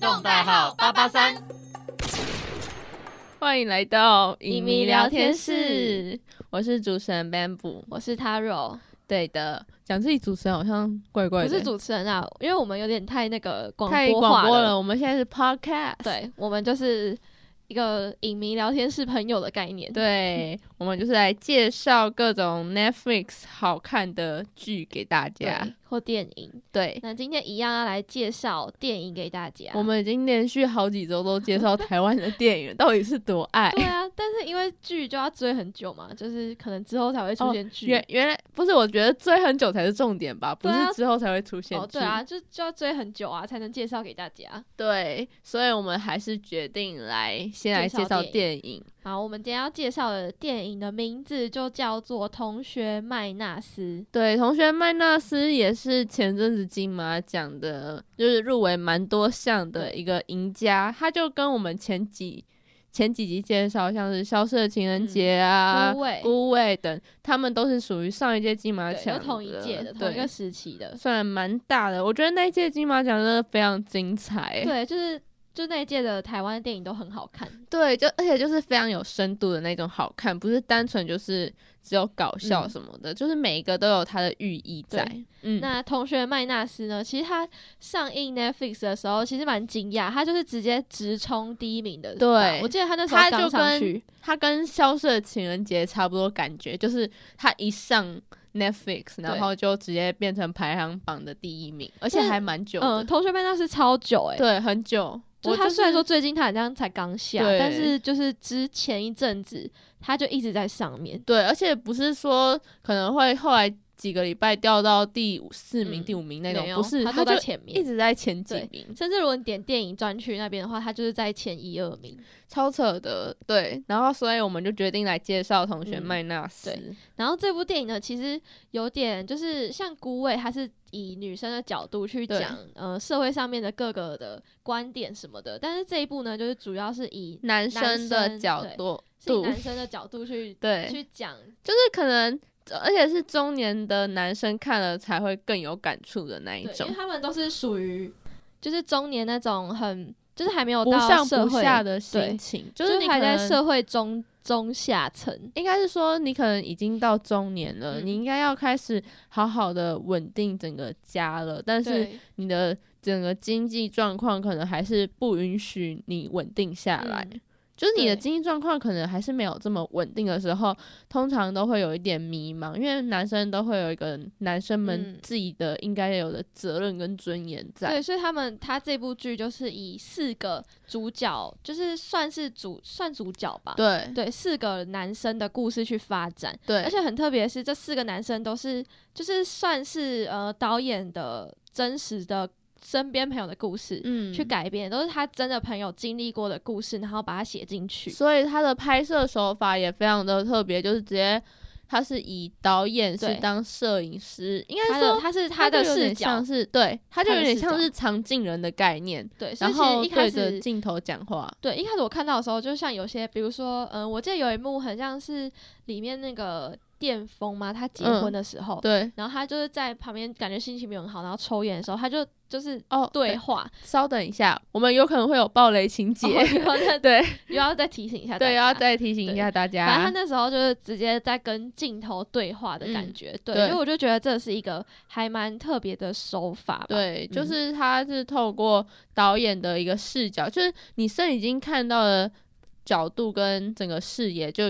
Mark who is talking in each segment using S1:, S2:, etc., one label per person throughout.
S1: 动代号八八三。
S2: 欢迎来到
S3: 影迷聊天室，
S2: 我是主持人 Bamboo。
S3: 我是 Taro，
S2: 对的，讲自己主持人好像怪怪
S3: 我
S2: 的，
S3: 是主持人啊，因为我们有点太那个广
S2: 太
S3: 播
S2: 广
S3: 化
S2: 播了。。我们现在是 Podcast，
S3: 对，我们就是一个影迷聊天室朋友的概念。，
S2: 对，我们就是来介绍各种 Netflix 好看的剧给大家。
S3: 或电影。
S2: 对，
S3: 那今天一样要来介绍电影给大家。
S2: 我们已经连续好几周都介绍台湾的电影，到底是多 爱？
S3: 对啊，但是因为剧就要追很久嘛，就是可能之后才会出
S2: 哦
S3: 现剧。
S2: 原原来不是，我觉得追很久才是重点吧，不
S3: 对啊
S2: 是之后才会出现
S3: 哦，
S2: 剧、
S3: 对啊，就就要追很久啊，才能介绍给大家。
S2: 对，所以我们还是决定来先来
S3: 介
S2: 介
S3: 绍
S2: 绍
S3: 电
S2: 电影。
S3: 好，我们今天要介绍的电影的名字就叫做《同学麦纳斯》。
S2: 对，同学麦纳斯也是前阵子金马奖的，就是入围蛮多项的一个赢家。他就跟我们前几前几集介绍，像是《消失的情人节》啊、
S3: 嗯孤味
S2: 孤味》等，他们都是属于上一届金马
S3: 对，
S2: 奖
S3: 就同一届的，
S2: 的，
S3: 同一个
S2: 对，
S3: 时期的。
S2: 算蛮大的。我觉得那一届金马奖真的非常精彩，
S3: 对，就是就那一届的台湾电影都很好看，
S2: 对，就而且就是非常有深度的那种好看，不是单纯就是只有搞笑
S3: 嗯
S2: 什么的，就是每一个都有它的寓意在
S3: 对。
S2: 嗯，
S3: 那《同学麦纳斯》呢？其实它上映 Netflix 的时候，其实蛮惊讶，它就是直接直冲第一名的吧。
S2: 对
S3: 我记得它那时候
S2: 它
S3: 刚
S2: 就
S3: 上
S2: 跟
S3: 去，
S2: 它跟《消失的情人节》差不多，感觉就是它一上 Netflix，然后就直接变成排行榜的第一名，而且还蛮久
S3: 嗯，
S2: 的
S3: 《同学麦纳斯》超久哎、欸。
S2: 对，很久。
S3: 就
S2: 我
S3: 是它
S2: 就是
S3: 虽然说最近它好像才刚下，
S2: 对
S3: 但是就是之前一阵子它就一直在上面。
S2: 对，而且不是说可能会后来几个礼拜掉到第五四名、
S3: 嗯
S2: 第五名那种
S3: 没，有
S2: 不是，
S3: 它
S2: 它
S3: 都
S2: 就
S3: 在前
S2: 一
S3: 面。
S2: 直在前几
S3: 对
S2: 名。
S3: 甚至如果你点电影专区那边的话，它就是在前一二名。
S2: 超扯的，对。然后，所以我们就决定来介绍同学
S3: 嗯
S2: 麦纳斯，
S3: 对然后这部电影呢，其实有点就是像《孤味》，它是以女生的角度去
S2: 对
S3: 讲，呃，社会上面的各个的观点什么的。但是这一部呢，就是主要是以
S2: 男生的
S3: 生
S2: 角
S3: 对
S2: 度，
S3: 是以
S2: 度
S3: 男生的角度去
S2: 对
S3: 去讲，
S2: 就是可能，呃而且是中年的男生看了才会更有感触的那一
S3: 对，因
S2: 种
S3: 为，他们都是属于就是中年那种很就是还没有
S2: 不
S3: 到
S2: 上
S3: 社
S2: 不
S3: 会，
S2: 下的心
S3: 对
S2: 情，
S3: 就
S2: 就是你
S3: 还
S2: 可
S3: 在
S2: 能
S3: 社会中中下层。
S2: 应该是说，你可能已经到中年了，
S3: 嗯
S2: 你应该要开始好好的稳定整个家了，但是
S3: 对，
S2: 你的整个经济状况可能还是不允许你稳定下来。
S3: 嗯
S2: 就是你的
S3: 对
S2: 经济状况可能还是没有这么稳定的时候，通常都会有一点迷茫，因为男生都会有一个男生们
S3: 嗯
S2: 自己的应该有的责任跟尊严在。
S3: 对，所以他们他这部剧就是以四个主角，就是算是主算主角吧，
S2: 对
S3: 对四个男生的故事去发展，
S2: 对
S3: 而且很特别的是，这四个男生都是就是算是呃导演的真实的身边朋友的故事、
S2: 嗯
S3: 去改编，都是他真的朋友经历过的故事，然后把它写进去。
S2: 所以他的拍摄手法也非常的特别，就是直接他是以导演是
S3: 对
S2: 当摄影师，应
S3: 他
S2: 该
S3: 的
S2: 说
S3: 他是
S2: 他
S3: 他的
S2: 就有点
S3: 视角
S2: 像，是对，他就
S3: 他的
S2: 有点
S3: 视
S2: 像
S3: 角
S2: 是长镜人的概念，
S3: 对，所以
S2: 然
S3: 其实
S2: 后
S3: 一开
S2: 对着
S3: 始
S2: 镜头讲话。
S3: 对，一开始我看到的时候，就像有些，比如说，嗯，我记得有一幕很像是里面那个电风嘛，他结
S2: 嗯
S3: 婚的时候，
S2: 对，
S3: 然后他就是在旁边感觉心情没有很好，然后抽烟的时候，他就就是
S2: 哦，
S3: 对话，
S2: 稍等一下，我们有可能会有暴雷情节，
S3: 哦 又要再
S2: 对
S3: 又要再提醒一下，
S2: 对，要。再啊提醒一
S3: 对
S2: 下大
S3: 反正他
S2: 家。嗯
S3: 那时候就是直接在跟镜头对话的感觉，对，
S2: 对
S3: 所以我就觉得这是一个还蛮特别的手法吧。
S2: 对，就
S3: 嗯
S2: 是他是透过导演的一个视角，就是你是已经看到的角度跟整个视野，就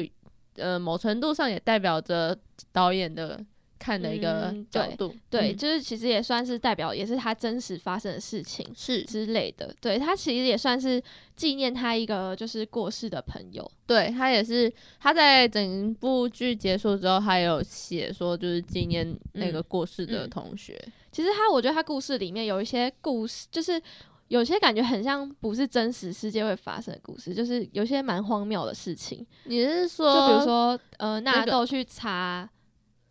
S2: 呃某程度上也代表着导演的看的一个
S3: 嗯
S2: 角
S3: 对
S2: 度。
S3: 对，
S2: 嗯
S3: 就是其实也算是代表，也是他真实发生的事情
S2: 是
S3: 之类的。对他其实也算是纪念他一个就是过世的朋友。
S2: 对他也是，他在整部剧结束之后，他也有写说，就是纪念那个
S3: 嗯
S2: 过世的
S3: 嗯
S2: 同学。
S3: 其实他，我觉得他故事里面有一些故事，就是有些感觉很像不是真实世界会发生的故事，就是有些蛮荒谬的事情。
S2: 你是说，
S3: 就比如说，呃，
S2: 那
S3: 纳
S2: 个
S3: 豆去查、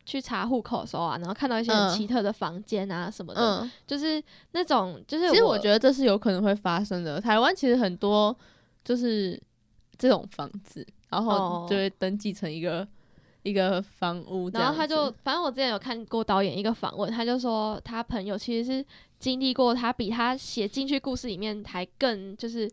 S3: 去查户口的时候啊，然后看到一些
S2: 嗯
S3: 很奇特的房间啊什么的，
S2: 嗯，
S3: 就是那种，就是
S2: 其实我
S3: 我
S2: 觉
S3: 得，
S2: 得这是有可能会发生的。台湾其实很多就是这种房子，然后
S3: 哦
S2: 就会登记成一个一个房屋这
S3: 然
S2: 样
S3: 后
S2: 子，
S3: 他就，反正我之前有看过导演一个访问，他就说他朋友其实是经历过他比他写进去故事里面还更就是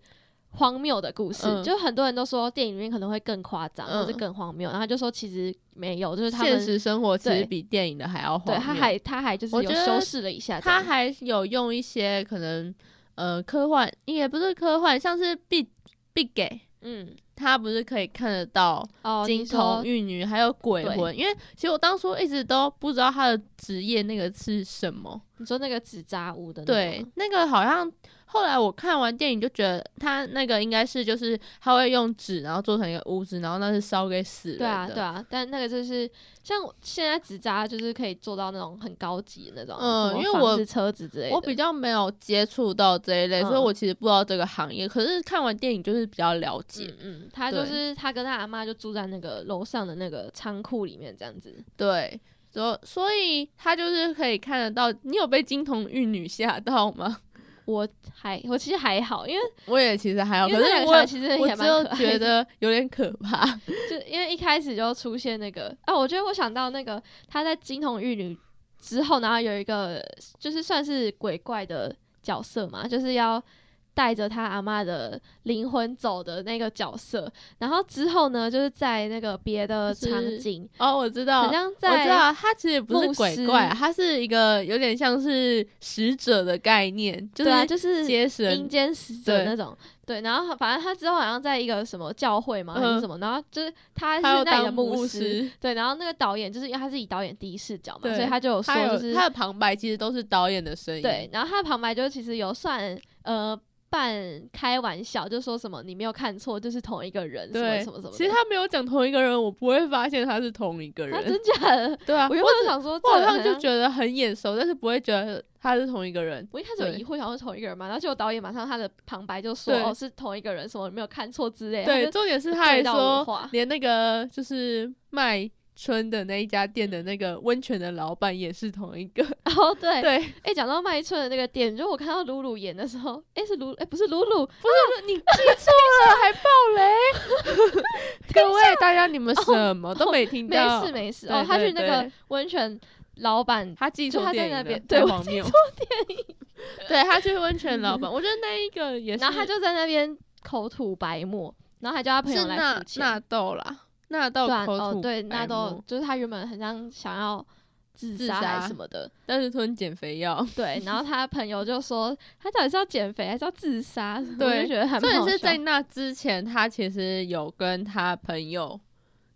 S3: 荒谬的故事，
S2: 嗯
S3: 就很多人都说电影里面可能会更夸张，
S2: 嗯
S3: 或是更荒谬，然后他就说其实没有，就是他
S2: 现
S3: 们
S2: 实生活其实
S3: 对
S2: 比电影的还要荒
S3: 对
S2: 谬
S3: 他还他还就是
S2: 我
S3: 有
S2: 觉得
S3: 修饰了一下这样，
S2: 他还有用一些可能呃科幻，也不是科幻，像是必必给。
S3: 嗯
S2: 他不是可以看得到
S3: 哦
S2: 金
S3: 你说
S2: 童玉女，还有鬼魂，因为其实我当初一直都不知道他的职业那个是什么。
S3: 你说那个纸扎屋的那个
S2: 对
S3: 吗，
S2: 那个好像后来我看完电影就觉得他那个应该是就是他会用纸，然后做成一个屋子，然后那是烧给死人
S3: 对啊
S2: 的。
S3: 对啊，但那个就是像现在纸扎就是可以做到那种很高级的那种，
S2: 嗯
S3: 什么
S2: 因为
S3: 房
S2: 我
S3: 子车子之类的，
S2: 我比较没有接触到这一类，所以
S3: 嗯
S2: 我其实不知道这个行业。可是看完电影就是比较了解，
S3: 嗯嗯，他
S2: 对
S3: 就是他跟他阿妈就住在那个楼上的那个仓库里面这样子。
S2: 对，所所以他就是可以看得到。你有被金童玉女吓到吗？
S3: 我还我其实还好，因为
S2: 我也其实还好，
S3: 因
S2: 哦可
S3: 为那两
S2: 是
S3: 个小孩
S2: 我
S3: 其实
S2: 我
S3: 也蛮
S2: 就
S3: 可爱
S2: 觉
S3: 的，
S2: 得有点可怕。
S3: 就因为一开始就出现那个啊，我觉得我想到那个他在金童玉女之后，然后有一个就是算是鬼怪的角色嘛，就是要。带着他阿妈的灵魂走的那个角色，然后之后呢，就是在那个别的
S2: 就是
S3: 场景，
S2: 哦，我知
S3: 好
S2: 道。
S3: 像
S2: 我
S3: 在
S2: 知道，啊它其实不是
S3: 牧
S2: 鬼
S3: 师
S2: 怪，啊它是一个有点像是使者的概念，就
S3: 对啊，
S2: 是
S3: 就是
S2: 接神
S3: 阴间使者
S2: 对
S3: 那种，对，然后反正他之后好像在一个什么教会嘛，还
S2: 嗯
S3: 是什么，然后就是他
S2: 他
S3: 是
S2: 要
S3: 那里的
S2: 当牧
S3: 师，
S2: 师，
S3: 对，然后那个导演就是因为他是以导演第一视角嘛，
S2: 对
S3: 所以他就有说
S2: 他有
S3: 就是
S2: 他的旁白其实都是导演的声音，
S3: 对，然后他的旁白就其实有算呃半开玩笑，就说什么你没有看错，就是同一个人，什么
S2: 对
S3: 什么什么的，
S2: 其实他没有讲同一个人，我不会发现他是同一个
S3: 他
S2: 人。
S3: 真假的，
S2: 对啊，
S3: 我
S2: 我
S3: 原本想说
S2: 我好
S3: 这个
S2: 像就
S3: 像
S2: 觉得很眼熟，但是不会觉得他是同一个人。
S3: 我一开始有
S2: 对
S3: 疑惑，想说同一个人嘛，然后结果导演马上他的旁白就说
S2: 对
S3: 哦是同一个人，什么没有看错之类的，
S2: 对，
S3: 他就
S2: 重点是他还
S3: 对到我的
S2: 说，
S3: 话
S2: 连那个就是卖春的那一家店的那个温泉的老板也是同一个。
S3: 然后对，
S2: 对，
S3: 哎、讲到麦村的那个店，就我看到鲁鲁演的时候，哎、是鲁，哎、不是鲁鲁，
S2: 你记错了还爆雷， 各位大家你们什么都没听
S3: 没
S2: 到，
S3: 事没事，
S2: 对
S3: 哦，他
S2: 对
S3: 去那
S2: 对
S3: 个温泉老板，
S2: 他记
S3: 就
S2: 错
S3: 他在
S2: 电
S3: 那
S2: 影了
S3: 边，对
S2: 太
S3: 我
S2: 荒谬。对他去温泉老板，我觉得那一个也是，
S3: 然后他就在那边口吐白沫，然后还叫他朋友
S2: 是
S3: 来
S2: 纳
S3: 付钱，
S2: 纳豆啦，纳豆
S3: 对啊，
S2: 口
S3: 哦
S2: 吐
S3: 对，
S2: 白
S3: 那都
S2: 沫，
S3: 就是他原本很像想要自
S2: 自
S3: 杀还
S2: 杀
S3: 是什么的，
S2: 但是吞减肥药。
S3: 对，然后他朋友就说他到底是要减肥还是要自杀，我
S2: 对
S3: 就觉得还
S2: 重
S3: 蛮
S2: 点
S3: 好
S2: 是
S3: 笑
S2: 在那之前，他其实有跟他朋友，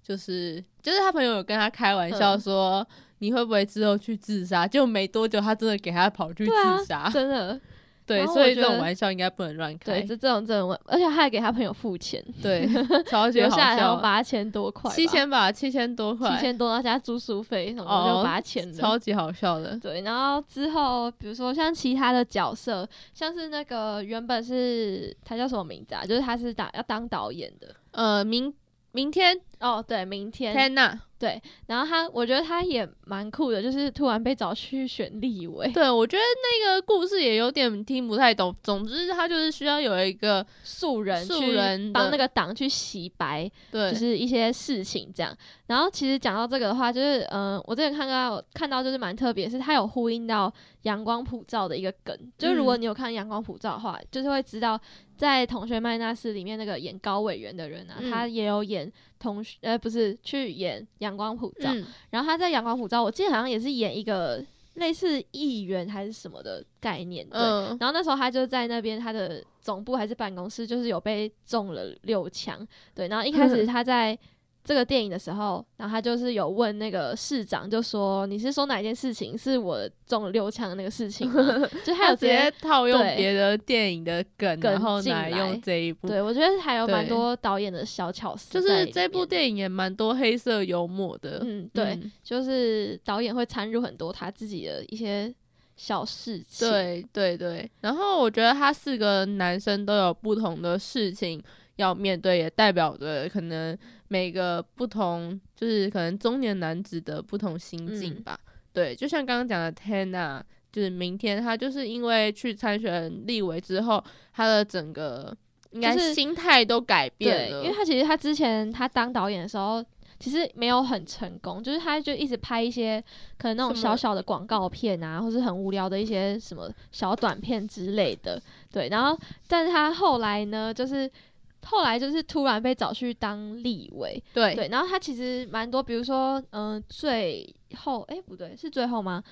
S2: 就是就是他朋友有跟他开玩笑说，你会不会之后去自杀？就没多久，他真的给他跑去
S3: 对啊
S2: 自杀。
S3: 真的，
S2: 对，
S3: 然后
S2: 所以
S3: 我觉
S2: 这
S3: 得
S2: 种玩笑应该不能乱开
S3: 对，。这这种这种，而且他还给他朋友付钱，
S2: 对，超级
S3: 留
S2: 好
S3: 下来要
S2: 笑。啊
S3: 八千多块吧，
S2: 七千吧，七千多块，
S3: 七千多，然后加住宿费什么
S2: 哦
S3: 的就八千了。
S2: 超级好笑的。
S3: 对，然后之后比如说像其他的角色，像是那个原本是他叫什么名字啊？就是他是打要当导演的
S2: 呃，明明天
S3: 哦，对，明天。
S2: 天呐，
S3: 然后他我觉得他也蛮酷的，就是突然被找去选立委，
S2: 对我觉得那个故事也有点听不太懂。总之，他就是需要有一个
S3: 素人
S2: 素
S3: 去
S2: 人的
S3: 帮那个党去洗白，
S2: 对，
S3: 就是一些事情这样。然后其实讲到这个的话，就是嗯、呃我之前看到看到就是蛮特别，是它有呼应到阳光普照的一个梗。就是如果
S2: 嗯
S3: 你有看阳光普照的话，就是会知道在《同学麦娜斯》里面那个演高委员的人啊，
S2: 嗯
S3: 他也有演同学呃不是去演阳光普照，
S2: 嗯
S3: 然后他在阳光普照，我记得好像也是演一个类似议员还是什么的概念，对。
S2: 嗯，
S3: 然后那时候他就在那边，他的总部还是办公室，就是有被中了六枪。对，然后一开 始他在这个电影的时候，然后他就是有问那个市长，就说你是说哪一件事情是我中了六枪的那个事情 吗？就他有
S2: 他有
S3: 直
S2: 直
S3: 接
S2: 接。套用
S3: 对
S2: 别的电影的梗，
S3: 梗
S2: 然后
S3: 进
S2: 拿来
S3: 来
S2: 用这一部。
S3: 对，我觉得还有蛮
S2: 对
S3: 多导演的小巧思在
S2: 就
S3: 里面，
S2: 是这部电影也蛮多黑色幽默的。
S3: 嗯，对，
S2: 嗯
S3: 就是导演会掺入很多他自己的一些小事情，，
S2: 对对对。然后我觉得他四个男生都有不同的事情要面对，也代表着可能每个不同，就是可能中年男子的不同心境
S3: 嗯
S2: 吧。对，就像刚刚讲的 Tana，就是明天他就是因为去参选立委之后，他的整个应该
S3: 就是
S2: 心态都改
S3: 对
S2: 变，了。
S3: 因为他其实他之前他当导演的时候，其实没有很成功，就是他就一直拍一些可能那种
S2: 什么
S3: 小小的广告片啊，或是很无聊的一些什么小短片之类的，对。然后，但是他后来呢，就是后来就是突然被找去当立委，
S2: 对
S3: 对。然后他其实蛮多，比如说，嗯、最后，诶，不对，是最后吗？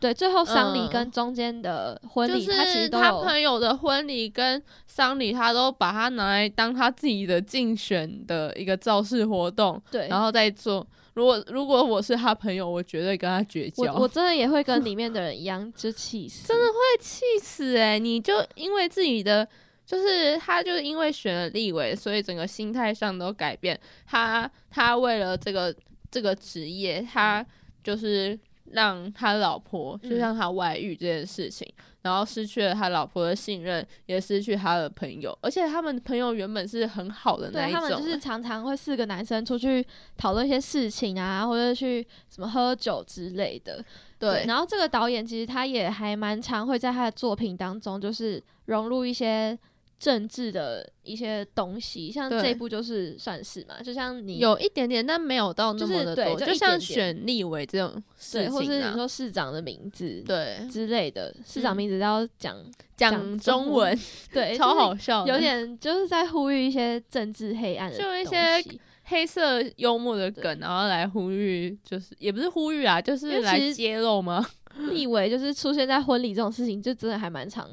S3: 对，最后丧礼
S2: 嗯
S3: 跟中间的婚
S2: 就
S3: 礼，他其实
S2: 是
S3: 都
S2: 他
S3: 有。
S2: 朋友的婚礼跟丧礼，他都把它拿来当他自己的竞选的一个造势活动，
S3: 对，
S2: 然后再做。如果如果我是他朋友，我绝对跟他绝交，
S3: 我我真的也会跟里面的人一样，就气死。
S2: 真的会气死哎、你就因为自己的，就是他就是因为选了立委，所以整个心态上都改变。他他为了这个这个职业，他就是让他老婆
S3: 嗯
S2: 就让他外遇这件事情，然后失去了他老婆的信任，也失去他的朋友，而且他们朋友原本是很好的那
S3: 对
S2: 一
S3: 他
S2: 种
S3: 们
S2: 欸，
S3: 就是常常会四个男生出去讨论一些事情啊，或者去什么喝酒之类的。
S2: 对
S3: 然后这个导演其实他也还蛮常会在他的作品当中，就是融入一些政治的一些东西，像
S2: 对
S3: 这一部就是算是嘛，就像你
S2: 有一点点，但没有到那
S3: 就是
S2: 么的多，
S3: 对就一
S2: 像
S3: 点点
S2: 选立委这种事
S3: 对，
S2: 情、啊，
S3: 或是你说市长的名字
S2: 对
S3: 之类的，市长
S2: 嗯
S3: 名字要讲、
S2: 讲中文，
S3: 对，
S2: 超
S3: 就是
S2: 好笑的，
S3: 有点就是在呼吁一些政治黑暗的
S2: 就一
S3: 东
S2: 些
S3: 西
S2: 黑色幽默的梗，然后来呼吁，就是也不是呼吁啊，就
S3: 因
S2: 是
S3: 为
S2: 来
S3: 其实
S2: 揭露吗？
S3: 你以为就是出现在婚礼这种事情，就真的还蛮常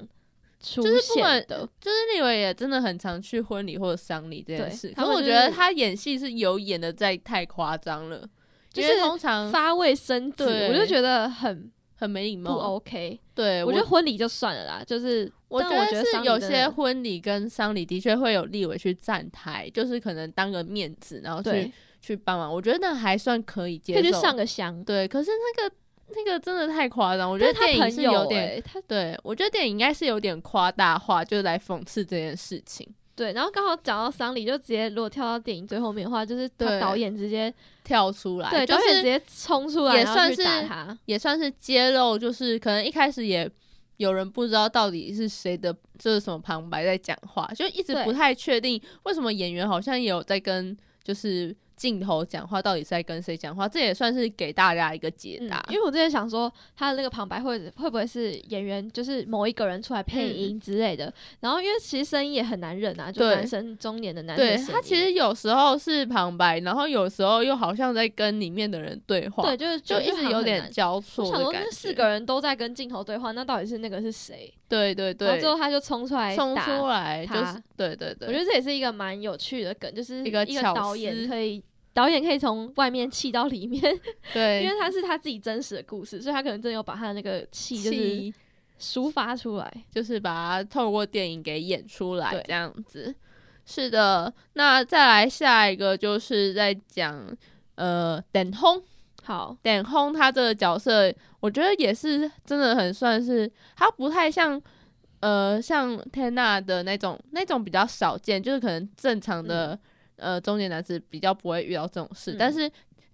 S3: 出
S2: 就是不
S3: 现
S2: 管
S3: 的。
S2: 就是立伟也真的很常去婚礼或者丧礼这件
S3: 对
S2: 事，可
S3: 他
S2: 是
S3: 们
S2: 我
S3: 就
S2: 觉得
S3: 是
S2: 他演戏是有演的在太夸张了，
S3: 就
S2: 因为
S3: 是
S2: 通常
S3: 发卫生纸，
S2: 对
S3: 我就觉得很
S2: 很没礼
S3: 不
S2: 貌。
S3: OK。
S2: 哦对，
S3: 我
S2: 我
S3: 觉得婚礼就算了啦，就是
S2: 我
S3: 但
S2: 觉
S3: 我觉得
S2: 得
S3: 丧
S2: 是
S3: 礼
S2: 有
S3: 真
S2: 些
S3: 的
S2: 婚礼跟丧礼的确会有立委去站台，就是可能当个面子，然后去
S3: 对，
S2: 去帮忙。我觉得那还算可以接
S3: 可以去
S2: 受。
S3: 上个香。
S2: 对，可是那个那个真的太夸张，我觉
S3: 但是
S2: 得
S3: 他
S2: 电影是
S3: 朋
S2: 有
S3: 友
S2: 点
S3: 欸，他
S2: 对，我觉得电影应该是有点夸大化，就是来讽刺这件事情，
S3: 对，然后刚好讲到丧礼，就直接如果跳到电影最后面的话，就是他
S2: 对
S3: 导演直接
S2: 跳出来，
S3: 对
S2: 就
S3: 导演直
S2: 是
S3: 接冲出来，
S2: 也
S3: 然后去
S2: 算
S3: 打
S2: 是
S3: 他。
S2: 也算是揭露，就是可能一开始也有人不知道到底是谁的，就是什么旁白在讲话，就一直
S3: 对
S2: 不太确定为什么演员好像也有在跟就是镜头讲话，到底是在跟谁讲话，这也算是给大家一个解
S3: 嗯
S2: 答，，
S3: 因为我之前想说他的那个旁白会会不会是演员，就是某一个人出来
S2: 嗯
S3: 配音之类的。然后因为其实声音也很难忍啊，就
S2: 对
S3: 男生中年的男生
S2: 对
S3: 声音，
S2: 他其实有时候是旁白，然后有时候又好像在跟里面的人对话，
S3: 对，就是
S2: 就一直有点。交错
S3: 我想
S2: 的
S3: 说，
S2: 感
S3: 那
S2: 觉。
S3: 四个人都在跟镜头对话，那到底是那个是谁？
S2: 对对对，
S3: 然后之后他就冲出来
S2: 冲
S3: 打
S2: 出来，就
S3: 他
S2: 是对对
S3: 我
S2: 对，
S3: 觉得这也是一个蛮有趣的梗，就是
S2: 一个巧
S3: 导
S2: 思
S3: 演可以导演可以从外面气到里面，因
S2: 对
S3: 为他是他自己真实的故事，所以他可能真的有把他的那个气就是
S2: 气
S3: 抒发出来。
S2: 就是把它透过电影给演出来
S3: 对
S2: 这样子。是的，那再来下一个就是在讲呃等轰
S3: 好，
S2: 等轰他这个角色，我觉得也是真的很算是他不太像。呃，像天娜的那种，那种比较少见，就是可能正常的、呃中年男子比较不会遇到这种事，
S3: 嗯
S2: 但是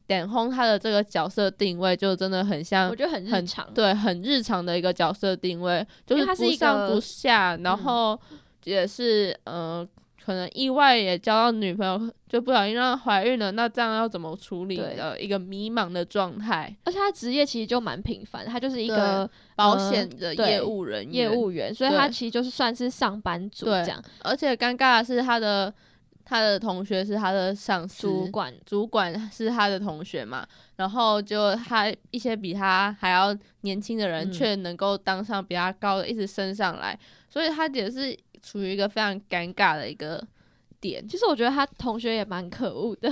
S2: 点轰他的这个角色定位就真的很像
S3: 我觉得很日
S2: 嗯很
S3: 常。
S2: 对，很日常的一个角色定位，就
S3: 因为
S2: 是
S3: 他是
S2: 不
S3: 一
S2: 上
S3: 个嗯
S2: 不下，然后也是呃，可能意外也交到女朋友，就不小心让她怀孕了，那这样要怎么处理
S3: 对
S2: 的一个迷茫的状态？
S3: 而且他职业其实就蛮平凡，他就是一个
S2: 保
S3: 呃
S2: 险的
S3: 对
S2: 业务人员，
S3: 业务员，所以
S2: 嗯对
S3: 他其实就是算是上班族
S2: 对
S3: 这样，
S2: 而且尴尬的是，他的他的同学是他的上司，
S3: 主管
S2: 主管是他的同学嘛，然后就他一些比他还要年轻的人，
S3: 嗯
S2: 却能够当上比他高的，一直升上来，所以他也是处于一个非常尴尬的一个点。
S3: 其实我觉得他同学也蛮可恶 的，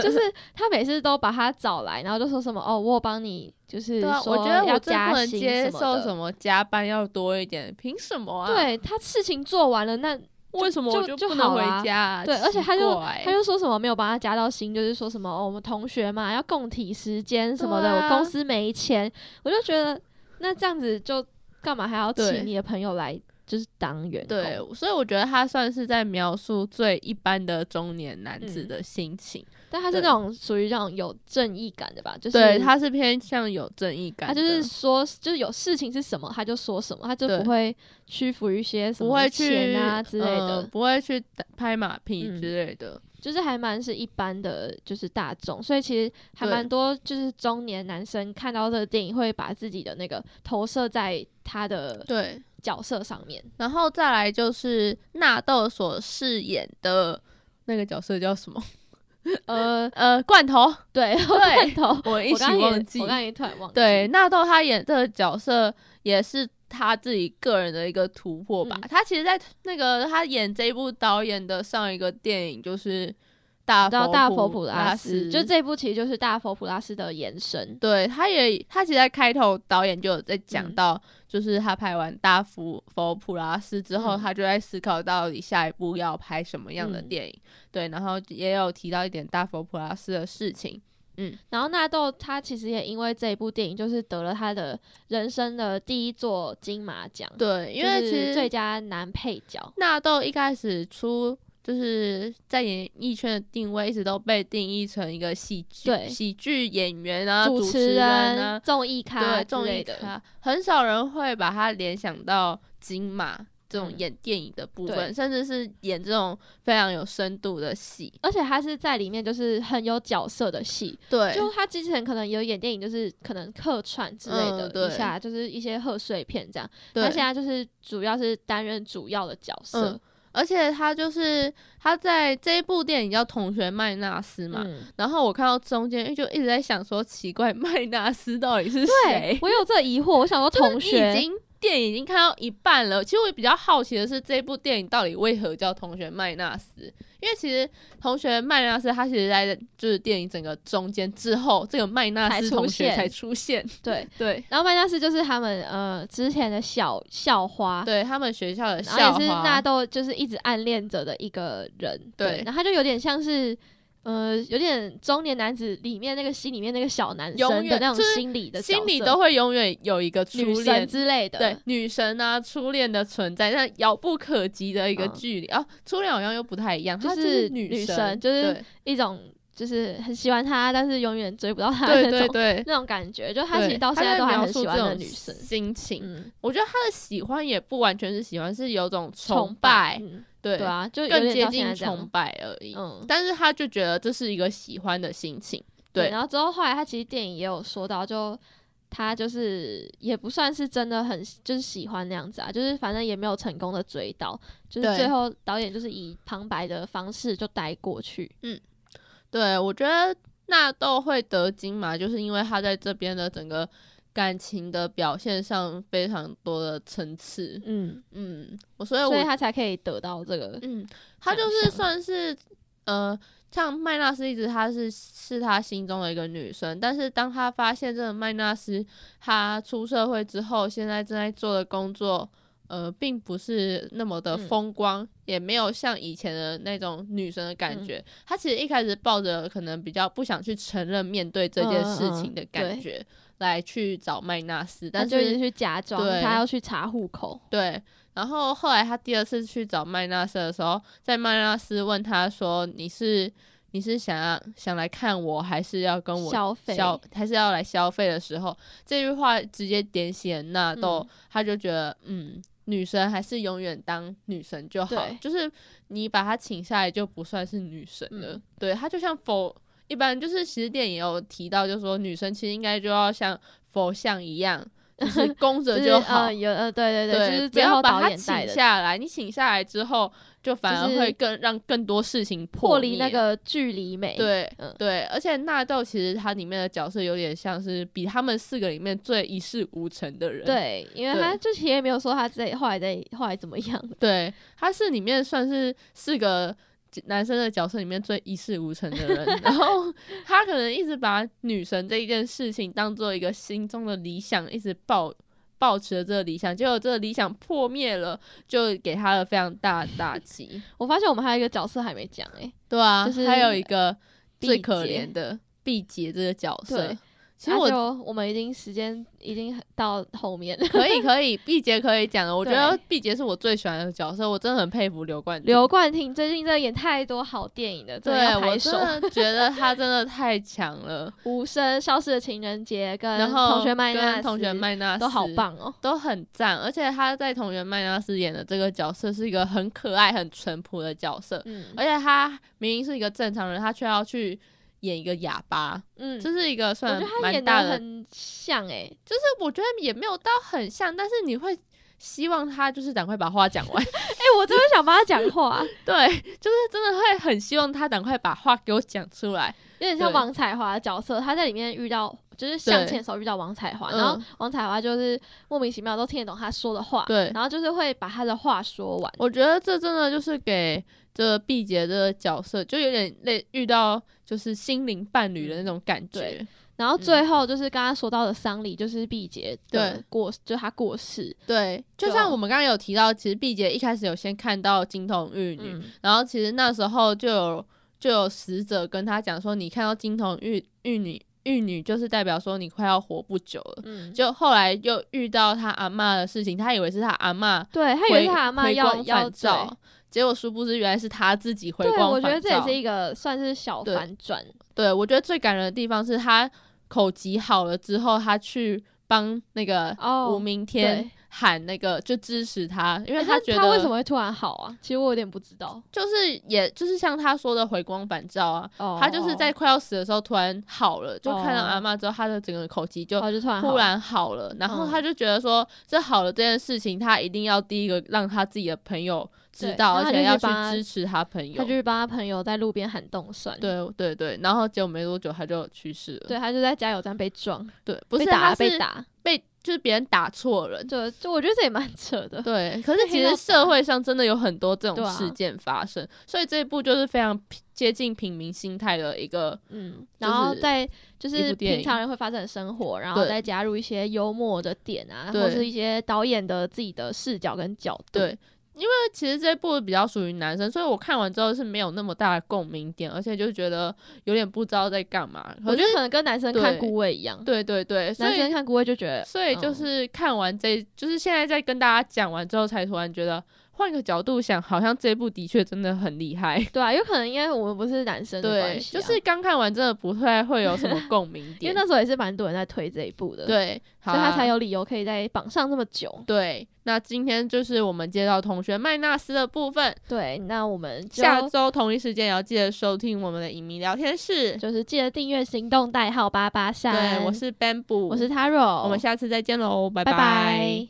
S3: 就是他每次都把他找来，然后就说什么哦，我有帮你就是
S2: 对啊，
S3: 说
S2: 我觉得
S3: 要
S2: 我最
S3: 加
S2: 不能
S3: 薪
S2: 接受
S3: 么
S2: 什
S3: 的。
S2: 么加班要多一点，凭什么啊？，
S3: 对他事情做完了，那
S2: 为什么我
S3: 就
S2: 不
S3: 就
S2: 能
S3: 好
S2: 回
S3: 啦
S2: 家、啊？
S3: 对而且他
S2: 奇
S3: 就
S2: 怪
S3: 他就说什么没有帮他加到薪，就是说什么、哦、我们同学嘛要共体时间什么的，
S2: 对啊
S3: 我公司没钱，我就觉得那这样子就干嘛还要
S2: 对
S3: 请你的朋友来就是当员工？
S2: 对，所以我觉得他算是在描述最一般的中年男子
S3: 嗯
S2: 的心情。
S3: 但他是
S2: 对
S3: 那种属于那种有正义感的吧，就是
S2: 对，他是偏向有正义感
S3: 他
S2: 的，
S3: 就是说，就是有事情是什么他就说什么，他就
S2: 对
S3: 不会屈服于一些什
S2: 不
S3: 么
S2: 会去嗯
S3: 钱啊之类的，
S2: 呃不会去打拍马屁
S3: 嗯
S2: 之类的。
S3: 就是还蛮是一般的，就是大众，所以其实还
S2: 对
S3: 蛮多就是中年男生看到这个电影会把自己的那个投射在他的
S2: 对，
S3: 角色上 面。
S2: 然后再来就是纳豆所饰演的那个角色叫什么？
S3: 呃，
S2: 呃，罐头，
S3: 对，罐头，
S2: 我 一
S3: 我
S2: 起
S3: 刚刚也
S2: 忘记
S3: 我。刚刚也突然忘记，
S2: 对，纳豆他演这个角色也是他自己个人的一个突破吧。
S3: 嗯
S2: 他其实，在那个他演这一部导演的上一个电影就是大
S3: 到
S2: 佛
S3: 大
S2: 佛
S3: 佛普拉斯，就这部其实就是大佛普拉斯的延伸。
S2: 对，他也他其实在开头导演就有在讲
S3: 嗯
S2: 到，就是他拍完《大佛佛普拉斯》之后，
S3: 嗯
S2: 他就在思考到底下一步要拍什么样的
S3: 嗯
S2: 电影。对，然后也有提到一点《大佛普拉斯》的事情。
S3: 然后纳豆他其实也因为这一部电影，就是得了他的人生的第一座金马奖，
S2: 对，因
S3: 就
S2: 为
S3: 是
S2: 其
S3: 最
S2: 实
S3: 佳男配角。
S2: 纳豆一开始出。就是在演艺圈的定位一直都被定义成一个喜剧
S3: 对
S2: 喜剧演员啊、主
S3: 主
S2: 持人啊、
S3: 人、综艺咖
S2: 对，
S3: 之
S2: 综艺
S3: 类的，
S2: 咖，很少人会把它联想到金马这种
S3: 嗯
S2: 演电影的部
S3: 对
S2: 分，甚至是演这种非常有深度的戏。
S3: 而且他是在里面就是很有角色的戏，
S2: 对，
S3: 就他之前可能有演电影，就是可能客串之类
S2: 嗯
S3: 的，
S2: 对
S3: 一下就是一些贺岁片这样。
S2: 对
S3: 他现在就是主要是担任主要的角色
S2: 嗯，而且他就是他在这一部电影叫《同学麦纳斯》嘛，
S3: 嗯，
S2: 然后我看到中间就一直在想说，奇怪， 麦纳斯到底是
S3: 对
S2: 谁？
S3: 我有这疑惑，我想说
S2: 就是
S3: 同
S2: 你已
S3: 学
S2: 经。电影已经看到一半了，其实我比较好奇的是，这部电影到底为何叫《同学麦纳斯》？因为其实《同学麦纳斯》他其实在就是电影整个中间之后，这个麦纳
S3: 才
S2: 斯
S3: 出
S2: 同学
S3: 现
S2: 才 出现。
S3: 对，
S2: 对，
S3: 然后麦纳斯就是他们呃之前的小校花，
S2: 对他们学校的校
S3: 啊然后也是
S2: 花
S3: 纳豆就是一直暗恋着的一个人，
S2: 对
S3: 然后他就有点像是。呃，有点中年男子里面那个心里面那个小男
S2: 永
S3: 生的
S2: 远
S3: 那种
S2: 就是
S3: 心理的角色，
S2: 心里都会永远有一个
S3: 女
S2: 初
S3: 神
S2: 恋。
S3: 之类的，
S2: 对，女神啊，初恋的存在，那遥不可及的一个
S3: 嗯
S2: 距离、啊。初恋好像又不太一样，
S3: 就
S2: 她
S3: 是
S2: 女
S3: 女
S2: 神，
S3: 神就是
S2: 对
S3: 一种就是很喜欢他，但是永远追不到他的
S2: 对
S3: 那种
S2: 对对，
S3: 那种感觉，就他其
S2: 对
S3: 实到现在
S2: 在
S3: 都还
S2: 描
S3: 很
S2: 述
S3: 喜欢
S2: 这
S3: 的
S2: 种
S3: 女生，
S2: 心情。
S3: 嗯，
S2: 我觉得他的喜欢也不完全是喜欢，是有种崇
S3: 拜
S2: 拜，，
S3: 嗯
S2: 对
S3: 对啊，就有
S2: 更
S3: 点
S2: 接
S3: 到现
S2: 近
S3: 在这
S2: 崇
S3: 样，
S2: 拜而已。
S3: 嗯，
S2: 但是他就觉得这是一个喜欢的心情，对
S3: 然后之后后来他其实电影也有说到，就他就是也不算是真的很就是喜欢那样子啊，就是反正也没有成功的追到，就是
S2: 对
S3: 最后导演就是以旁白的方式就带过去。
S2: 对我觉得纳豆会得金嘛，就是因为他在这边的整个感情的表现上非常多的层次。
S3: 嗯，
S2: 嗯，我所以我
S3: 所以他才可以得到这个。
S2: 嗯，他
S3: 奖
S2: 就是
S3: 项
S2: 算是呃，像麦纳斯一直她是是他心中的一个女生，但是当他发现这个麦纳斯她出社会之后，现在正在做的工作。呃，并不是那么的
S3: 嗯
S2: 风光，也没有像以前的那种女生的
S3: 嗯
S2: 感觉。她其实一开始抱着可能比较不想去承认面对这件事
S3: 嗯嗯嗯
S2: 情的感
S3: 对
S2: 觉，来去找麦纳斯，
S3: 他
S2: 但
S3: 就是是去假装
S2: 对
S3: 他要去查户口，
S2: 对，然后后来他第二次去找麦纳斯的时候，在麦纳斯问他说：“你是你是想要想来看我，还是要跟嗯我
S3: 消费
S2: 消，还是要来消费的时候？”这句话直接点醒纳豆，
S3: 嗯
S2: 他就觉得嗯。女神还是永远当女神就好
S3: 对，
S2: 就是你把她请下来就不算是女神了。
S3: 嗯
S2: 对，她就像佛，一般就是其实电影也有提到，就是说女生其实应该就要像佛像一样， 就是供
S3: 就
S2: 着
S3: 是
S2: 就好，
S3: 呃有呃对对对，就是
S2: 不
S3: 最后
S2: 要把
S3: 导
S2: 它
S3: 演
S2: 请
S3: 带的
S2: 下来。你请下来之后，就反而
S3: 就是
S2: 会更让更多事情
S3: 脱离
S2: 灭
S3: 那个距离美。
S2: 对。
S3: 嗯
S2: 对，而且纳豆其实它里面的角色有点像是比他们四个里面最一事无成的人。
S3: 对，因为
S2: 对
S3: 他就其实也没有说他自己后来在后来怎么样，
S2: 对，他是里面算是四个男生的角色里面最一事无成的人，然后他可能一直把女神这一件事情当做一个心中的理想，一直抱抱持着这个理想，结果这个理想破灭了，就给他了非常大的打击。
S3: 我发现我们还有一个角色还没讲哎、欸
S2: 对啊，
S3: 就是
S2: 还有一个
S3: 毕
S2: 最可
S3: 节
S2: 怜的毕节这个角色
S3: 对，
S2: 其实我
S3: 那就我们已经时间已经很到后面 了。
S2: 可以可以，毕节可以讲了。我觉得
S3: 对
S2: 毕节是我最喜欢的角色，我真的很佩服刘冠廷。
S3: 刘冠廷最近真的演太多好电影了，真的
S2: 对
S3: 要
S2: 我
S3: 拍手。
S2: 真的觉得他真的太 强了。
S3: 无声、消失的情人节跟
S2: 然后
S3: 同学麦娜
S2: 跟
S3: 斯
S2: 同学麦纳斯
S3: 都好，棒哦。
S2: 都很赞。而且他在同学麦纳斯演的这个角色是一个很可爱、很淳朴的角色，
S3: 嗯
S2: 而且他明明是一个正常人，他却要去演一个哑巴，
S3: 嗯，
S2: 这是一个
S3: 我觉
S2: 算
S3: 得他
S2: 蛮
S3: 演
S2: 大
S3: 的
S2: 的
S3: 很像哎，
S2: 就是我觉得也没有到很像，但是你会希望他就是赶快把话讲完，
S3: 哎，我真的想帮他讲话，
S2: 对，就是真的会很希望他赶快把话给我讲出来。
S3: 有点像
S2: 对
S3: 王彩华的角色，他在里面遇到就是向前手遇到王彩华，
S2: 嗯
S3: 然后王彩华就是莫名其妙都听得懂他说的话，
S2: 对
S3: 然后就是会把他的话说完，
S2: 我觉得这真的就是给这毕节的角色，就有点类遇到就是心灵伴侣的那种感觉
S3: 对。然
S2: 嗯
S3: 后最后就是刚刚说到的丧礼，就是毕节的
S2: 对
S3: 过，就是他过世，
S2: 对，就
S3: 对啊
S2: 像我们刚刚有提到，其实毕节一开始有先看到金童玉女，
S3: 嗯，
S2: 然后其实那时候就有就有使者跟他讲说，你看到金童玉玉女玉女，就是代表说你快要活不久了。
S3: 嗯，
S2: 就后来又遇到他阿嬷的事情，他以为是他阿嬷
S3: 对他以
S2: 回
S3: 为是他阿妈
S2: 回
S3: 要
S2: 光
S3: 要
S2: 返
S3: 对
S2: 照，结果殊不知原来是他自己回
S3: 对，
S2: 光
S3: 我
S2: 返照。
S3: 觉得这也是一个算是小
S2: 对
S3: 反转，
S2: 对我觉得最感人的地方是他口疾好了之后，他去帮那个
S3: 哦
S2: 吴明天
S3: 对
S2: 喊那个，就支持他，因为
S3: 诶
S2: 他
S3: 他
S2: 觉
S3: 为什么
S2: 得
S3: 会突然好啊？其实我有点不知道，
S2: 就是也就是像他说的回光返照啊。
S3: 哦，
S2: 他就是在快要死的时候突然好了，就看到阿嬷之后，他的整个口疾就
S3: 哦就突然好
S2: 突然好了，然后
S3: 嗯
S2: 他就觉得说，这好了这件事情，他一定要第一个让他自己的朋友知
S3: 对
S2: 道，
S3: 然
S2: 而
S3: 后他
S2: 且要
S3: 就
S2: 去
S3: 去帮他
S2: 支持他朋友
S3: 他就。是帮他朋友在路边喊冻蒜，
S2: 对对对，然后结果没多久他就去世了。
S3: 对，他就在加油站被撞，
S2: 对，不是
S3: 被打
S2: 他
S3: 啊被
S2: 是
S3: 打，
S2: 被就是别人打错人。
S3: 就就我觉得这也蛮 扯的。
S2: 对，可是
S3: 被
S2: 其
S3: 黑道
S2: 实
S3: 打
S2: 社会上真的有很多这种
S3: 啊对啊
S2: 事件发生，所以这一部就是非常平接近平民心态的一个，
S3: 嗯，
S2: 就是
S3: 然后再就
S2: 一
S3: 是
S2: 部电影
S3: 平常人会发生的生活，然后
S2: 对
S3: 再加入一些幽默的点啊，
S2: 对
S3: 或是一些导演的自己的视角跟角度。
S2: 对，因为其实这部比较属于男生，所以我看完之后是没有那么大的共鸣点，而且就觉得有点不知道在干嘛。
S3: 我
S2: 可
S3: 觉
S2: 是
S3: 得可能跟男生看
S2: 对
S3: 顾魏一样，
S2: 对对对，所
S3: 男
S2: 以
S3: 生看顾魏就觉得
S2: 所以就
S3: 嗯
S2: 是看完这，就是现在在跟大家讲完之后，才突然觉得换个角度想，好像这部的确真的很厉害。
S3: 对啊，有可能因为我们不是男生的
S2: 对，
S3: 关系
S2: 就
S3: 啊、
S2: 是刚看完真的不太会有什么共鸣
S3: 因为
S2: 点，
S3: 那时候也是蛮多人在推这一部的，，
S2: 对，好
S3: 所以他
S2: 啊
S3: 才有理由可以在榜上这么久。
S2: 对。那今天就是我们介绍同学麦纳斯的部分，
S3: 对，那我们就
S2: 下周同一时间也要记得收听我们的影迷聊天室。
S3: 就是记得订阅行动代号八八三，
S2: 对，我是 Bamboo，
S3: 我是 Taro，
S2: 我们下次再见喽，
S3: 拜
S2: 拜
S3: 拜